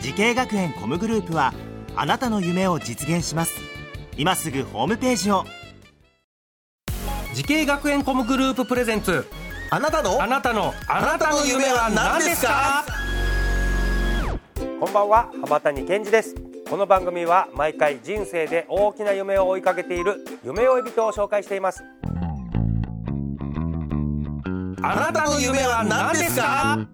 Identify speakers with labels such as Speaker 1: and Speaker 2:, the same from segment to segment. Speaker 1: 時系学園コムグループはあなたの夢を実現します今すぐホームページを
Speaker 2: 時系学園コムグループプレゼンツ
Speaker 3: あなたの
Speaker 2: あなたのあなたの夢は何ですか
Speaker 4: こんばんは浜谷健二ですこの番組は毎回人生で大きな夢を追いかけている夢追い人を紹介しています
Speaker 2: あなたの夢は何ですか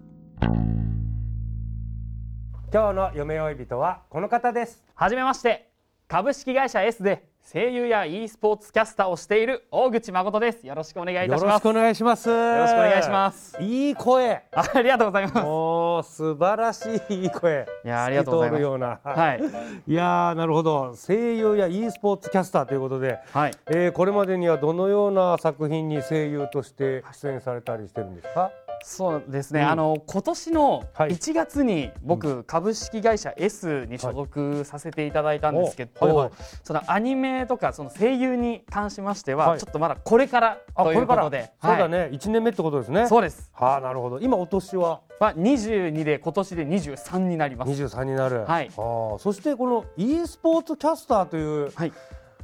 Speaker 4: 今日の夢追い人はこの方です
Speaker 5: はじめまして株式会社 S で声優や e スポーツキャスターをしている大口誠ですよろしくお願いいた
Speaker 6: よ
Speaker 5: し
Speaker 6: ろ
Speaker 5: ま
Speaker 6: し
Speaker 5: す
Speaker 6: くお願いします。よ
Speaker 5: ろしくお願いします
Speaker 6: いい声。
Speaker 5: ありがとうございます
Speaker 6: もう素晴らしいいい声。
Speaker 5: いやありがとうございま
Speaker 6: 透き通る
Speaker 5: す
Speaker 6: ような。
Speaker 5: はい
Speaker 6: いやーなるほど。声優や e スポーツキャスターということで、
Speaker 5: はい
Speaker 6: えーこれまでにはどのような作品に声優として出演されたりしてるんですか。
Speaker 5: そうですね、
Speaker 6: うん
Speaker 5: あの今年の
Speaker 6: はい
Speaker 5: 1月に僕、株式会社 S に所属させていただいたんですけど、
Speaker 6: おはいはい
Speaker 5: そのアニメとかその声優に関しましては、
Speaker 6: はい
Speaker 5: ちょっとまだこれから
Speaker 6: あ
Speaker 5: ということで、
Speaker 6: そうだ
Speaker 5: はい
Speaker 6: ね。一、年目ってことですね。
Speaker 5: そうです、
Speaker 6: はあなるほど。今お年は
Speaker 5: まあ、22で今年で23になります
Speaker 6: 二十三になる。
Speaker 5: はい
Speaker 6: ああそしてこの e スポーツキャスターという。
Speaker 5: はい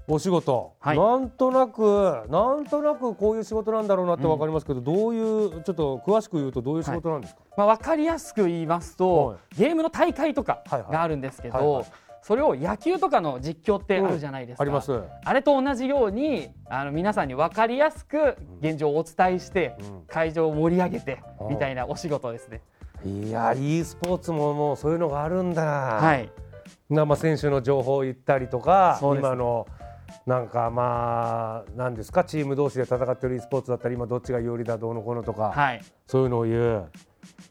Speaker 6: お仕事、
Speaker 5: はい
Speaker 6: なんとなくなんとなくこういう仕事なんだろうなってわかりますけど、どういうちょっと詳しく言うとどういう仕事なんですか、
Speaker 5: まあ、分かりやすく言いますと、
Speaker 6: はい
Speaker 5: ゲームの大会とか
Speaker 6: はいはい
Speaker 5: があるんですけど、
Speaker 6: はいはい
Speaker 5: それを野球とかの実況ってあるじゃないですか、
Speaker 6: ありますは
Speaker 5: あれと同じようにあの皆さんに分かりやすく現状をお伝えして、
Speaker 6: うん
Speaker 5: 会場を盛り上げて
Speaker 6: うん
Speaker 5: みたいなお仕事ですね。
Speaker 6: いや e スポーツももうそういうのがあるんだ、
Speaker 5: はい、
Speaker 6: なまあ選手の情報を言ったりとか、
Speaker 5: そうですね
Speaker 6: 今のなんかまあなんですかチーム同士で戦ってる e スポーツだったり今どっちが有利だどうのこうのとか、
Speaker 5: はい、
Speaker 6: そういうのを言う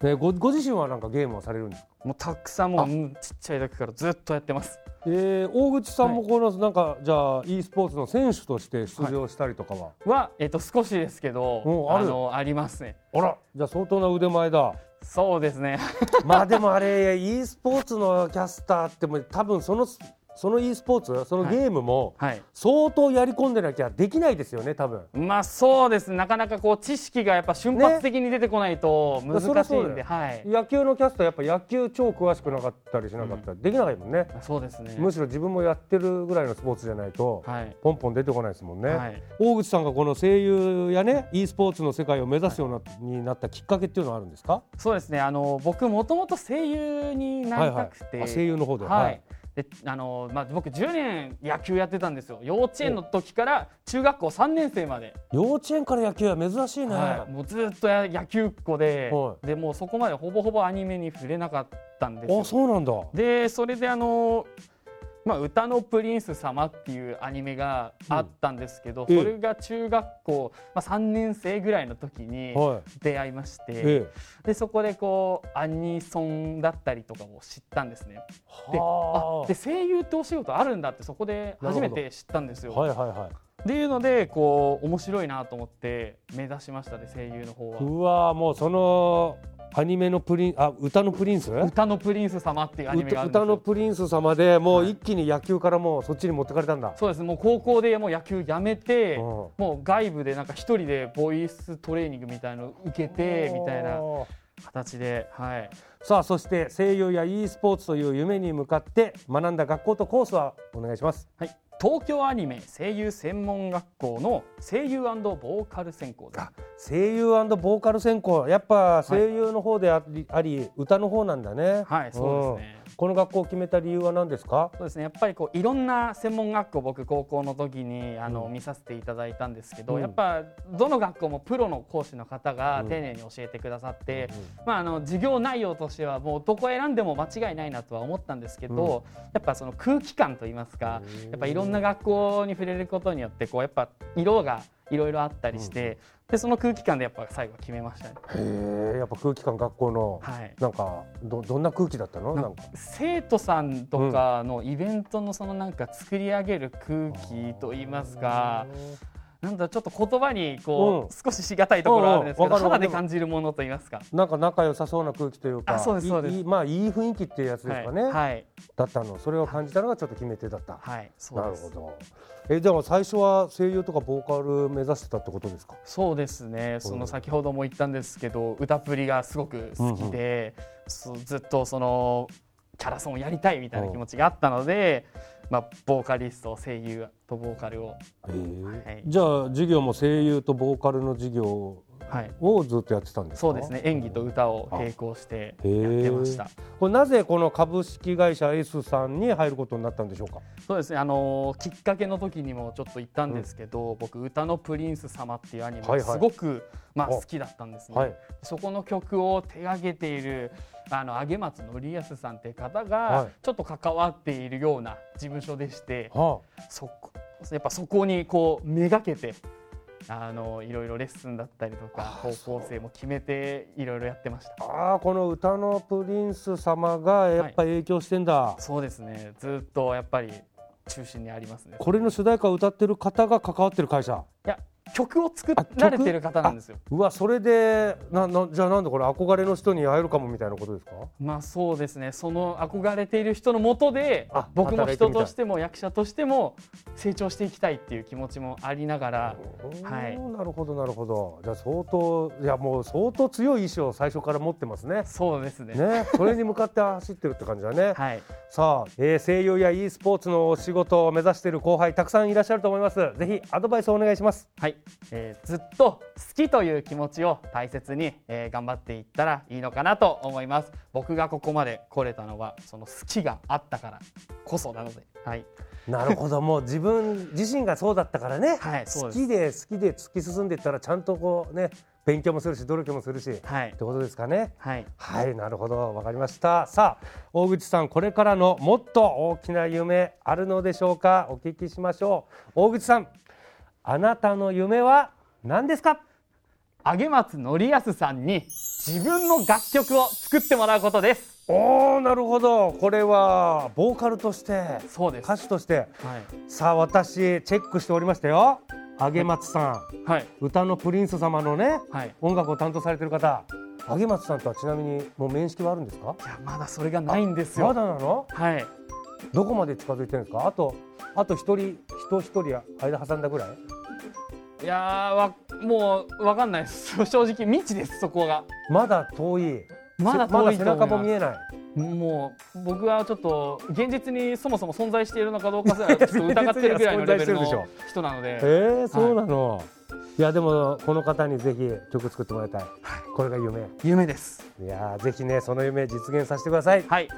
Speaker 6: でごご自身はなんかゲームをされるんですか
Speaker 5: もうたくさんもううんちっちゃい時からずっとやってます。
Speaker 6: えー、大口さんもこの、なんかじゃあ e スポーツの選手として出場したりとかは、
Speaker 5: はえっと少しですけど
Speaker 6: おある
Speaker 5: のありますね。
Speaker 6: あらじゃあ相当な腕前 だ
Speaker 5: そうですね。
Speaker 6: まあでもあれ e スポーツのキャスターってもう多分そのその e スポーツそのゲームも
Speaker 5: はい。
Speaker 6: 相当やり込んでなきゃできないですよね多分
Speaker 5: まあそうですね。なかなかこう知識がやっぱ瞬発的に出てこないと難
Speaker 6: そりゃ
Speaker 5: しい
Speaker 6: そうんだ
Speaker 5: で、
Speaker 6: よ
Speaker 5: はい。
Speaker 6: 野球のキャスターやっぱ野球超詳しくなかったりしなかったらできないもんね、
Speaker 5: そうですね。
Speaker 6: むしろ自分もやってるぐらいのスポーツじゃないと、
Speaker 5: はい。
Speaker 6: ポンポン出てこないですもんね、
Speaker 5: はい。
Speaker 6: 大口さんがこの声優やね e スポーツの世界を目指すような、になったきっかけっていうのはあるんですか
Speaker 5: そうですね。あの僕もともと声優になりたくて、
Speaker 6: はいはいあ声優の方で
Speaker 5: はい。
Speaker 6: はい
Speaker 5: であのまあ、僕10年野球やってたんですよ幼稚園の時から中学校3年生まで、
Speaker 6: 幼稚園から野球は珍しいね、
Speaker 5: はい、もうずっとや野球っ子で,、
Speaker 6: は
Speaker 5: でもうそこまでほぼほぼアニメに触れなかったんですよ
Speaker 6: あそうなんだ
Speaker 5: でそれであの、まあ「歌のプリンス様」っていうアニメがあったんですけど、
Speaker 6: ええ
Speaker 5: それが中学校、まあ、3年生ぐらいの時に
Speaker 6: はい
Speaker 5: 出会いまして、
Speaker 6: え
Speaker 5: でそこでこうアニソンだったりとかを知ったんですね。
Speaker 6: え
Speaker 5: で
Speaker 6: は
Speaker 5: あで声優ってお仕事あるんだってそこで初め
Speaker 6: なる
Speaker 5: て知ったんですよ。
Speaker 6: はいはいはい
Speaker 5: っていうのでこう面白いなと思って目指しましたね声優の方は。
Speaker 6: うわーもうそのアニメのプリンあ歌のプリンス
Speaker 5: 歌のプリンス様っていうアニメが
Speaker 6: 歌
Speaker 5: あるん
Speaker 6: 歌の
Speaker 5: ですよ。
Speaker 6: プリンス様でもう一気に野球からもうそっちに持ってかれたんだ、
Speaker 5: そうですもう高校でもう野球やめて、
Speaker 6: うん
Speaker 5: もう外部でなんか一人でボイストレーニングみたいの受けてみたいな
Speaker 6: おー
Speaker 5: 形で、はい、
Speaker 6: さあそして声優や e スポーツという夢に向かって学んだ学校とコースはお願いします
Speaker 5: はい、東京アニメ声優専門学校の声優ボーカル専攻です。
Speaker 6: 声優ボーカル専攻やっぱ声優の方であり,、あり歌の方なんだね
Speaker 5: はい、そうですね。
Speaker 6: うんこの学校を決めた理由は何ですか
Speaker 5: そうですねやっぱりこういろんな専門学校僕高校の時にあの、見させていただいたんですけど、
Speaker 6: うん
Speaker 5: やっぱどの学校もプロの講師の方が丁寧に教えてくださって、まあ、あの授業内容としてはもうどこ選んでも間違いないなとは思ったんですけど、やっぱその空気感といいますかやっぱいろんな学校に触れることによってこうやっぱ色がいろいろあったりして、でその空気感でやっぱ最後は決めましたね。
Speaker 6: へえやっぱ空気感学校の
Speaker 5: はい
Speaker 6: なんかどどんな空気だったのなんか
Speaker 5: 生徒さんとかのイベントのそのなんか作り上げる空気といいますか、なんだちょっと言葉にこう、少ししがたいところはあるんですけ
Speaker 6: うんうん
Speaker 5: ど、
Speaker 6: わかる
Speaker 5: 肌で感じるものといいますか。
Speaker 6: なんか仲良さそうな空気というか
Speaker 5: あそうです
Speaker 6: いい
Speaker 5: そうです
Speaker 6: いいまあいい雰囲気っていうやつですかね、
Speaker 5: はい、はい、
Speaker 6: だったのそれを感じたのがちょっと決め手だった、
Speaker 5: はいそう
Speaker 6: な
Speaker 5: で
Speaker 6: るほ
Speaker 5: す。
Speaker 6: どえでも最初は声優とかボーカル目指してたってことですか
Speaker 5: そうですねその先ほども言ったんですけど歌プリがすごく好きで、そうずっとそのキャラソンをやりたいみたいな気持ちがあったので、まあ、ボーカリスト声優とボーカルを、
Speaker 6: え
Speaker 5: はい
Speaker 6: じゃあ授業も声優とボーカルの授業
Speaker 5: はい、
Speaker 6: をずっとやってたんですか
Speaker 5: そうですね演技と歌を並行して
Speaker 6: あへえ
Speaker 5: やってました。
Speaker 6: これなぜこの株式会社 S さんに入ることになったんでしょうか
Speaker 5: そうですね、あのーきっかけの時にもちょっと言ったんですけど、僕「歌のプリンス様」っていうアニメ
Speaker 6: はい
Speaker 5: が
Speaker 6: はい
Speaker 5: すごく、まあ、
Speaker 6: あ
Speaker 5: 好きだったんですね、
Speaker 6: はい
Speaker 5: そこの曲を手がけているあの上松典康さんっていう方が、
Speaker 6: はい
Speaker 5: ちょっと関わっているような事務所でして
Speaker 6: は
Speaker 5: そこやっぱそこにこうめがけてあのいろいろレッスンだったりとか方向性も決めていろいろやってまし
Speaker 6: あ、
Speaker 5: た
Speaker 6: ああこの歌のプリンス様がやっぱ影響してんだ、
Speaker 5: そうですねずっとやっぱり中心にありますね
Speaker 6: これの主題歌を歌ってる方が関わってる会社
Speaker 5: いや曲を作
Speaker 6: あ曲
Speaker 5: られてる方なんですよ
Speaker 6: うわそれでななじゃあなんでこれ憧れの人に会えるかもみたいなことですか
Speaker 5: まあそうですねその憧れている人のもとで
Speaker 6: あ
Speaker 5: 僕も
Speaker 6: 働いて
Speaker 5: 人
Speaker 6: みたい
Speaker 5: としても役者としても成長していきたいっていう気持ちもありながらはい
Speaker 6: おーなるほどなるほどじゃあ相当いやもう相当強い意志を最初から持ってますね
Speaker 5: そうですね
Speaker 6: ねそれに向かって走ってるって感じだ ね、
Speaker 5: はい
Speaker 6: さあ、えー声優や e スポーツのお仕事を目指している後輩たくさんいらっしゃると思いますぜひアドバイスをお願いします
Speaker 5: はい、えーずっと好きという気持ちを大切に、えー頑張っていったらいいのかなと思います僕がここまで来れたのはその好きがあったからこそなのではい
Speaker 6: なる ほどもう自分自身がそうだったからね、
Speaker 5: はいそう
Speaker 6: 好
Speaker 5: です
Speaker 6: きで好きで突き進んでいったらちゃんとこうね勉強もするし努力もするし、って
Speaker 5: はい
Speaker 6: ことですかね
Speaker 5: はい
Speaker 6: はい、なるほど、わかりました。さあ、大口さん、これからのもっと大きな夢あるのでしょうか。お聞きしましょう。大口さん、あなたの夢は何ですか。
Speaker 5: 上松典康さんに自分の楽曲を作ってもらうことです
Speaker 6: おお、なるほど、これはボーカルとして、
Speaker 5: そうです
Speaker 6: 歌手として。
Speaker 5: はい
Speaker 6: さあ、私チェックしておりましたよ。上松さん、
Speaker 5: はい
Speaker 6: 歌のプリンス様のね、
Speaker 5: はい
Speaker 6: 音楽を担当されている方。上松さんとはちなみに、もう面識はあるんですか。
Speaker 5: いやまだそれがないんですよ。
Speaker 6: まだなの。
Speaker 5: はい。
Speaker 6: どこまで近づいてるんですかあとあと一人人一人間挟んだぐらい
Speaker 5: いやーわもうわかんないです。 正直未知ですそこが。
Speaker 6: まだ遠い
Speaker 5: まだ
Speaker 6: せま
Speaker 5: 遠
Speaker 6: だ
Speaker 5: い
Speaker 6: 背
Speaker 5: と思います
Speaker 6: 中も見えない
Speaker 5: もう僕はちょっと現実にそもそも存在しているのかどうかすらちょっと疑ってるぐらいのレベル
Speaker 6: 存在してる
Speaker 5: の
Speaker 6: で
Speaker 5: 人なの
Speaker 6: え
Speaker 5: で。
Speaker 6: ー、そうなの、い、やでもこの方にぜひ曲作ってもらいたいこれが夢
Speaker 5: 夢です。
Speaker 6: いやーぜひねその夢実現させてください
Speaker 5: はい。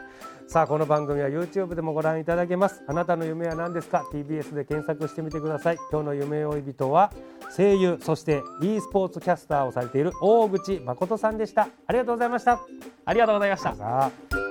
Speaker 6: さあこの番組は YouTube でもご覧いただけますあなたの夢は何ですか TBS で検索してみてください今日の夢追い人は声優そして e スポーツキャスターをされている大口誠さんでしたありがとうございました
Speaker 5: ありがとうございました。
Speaker 6: さあ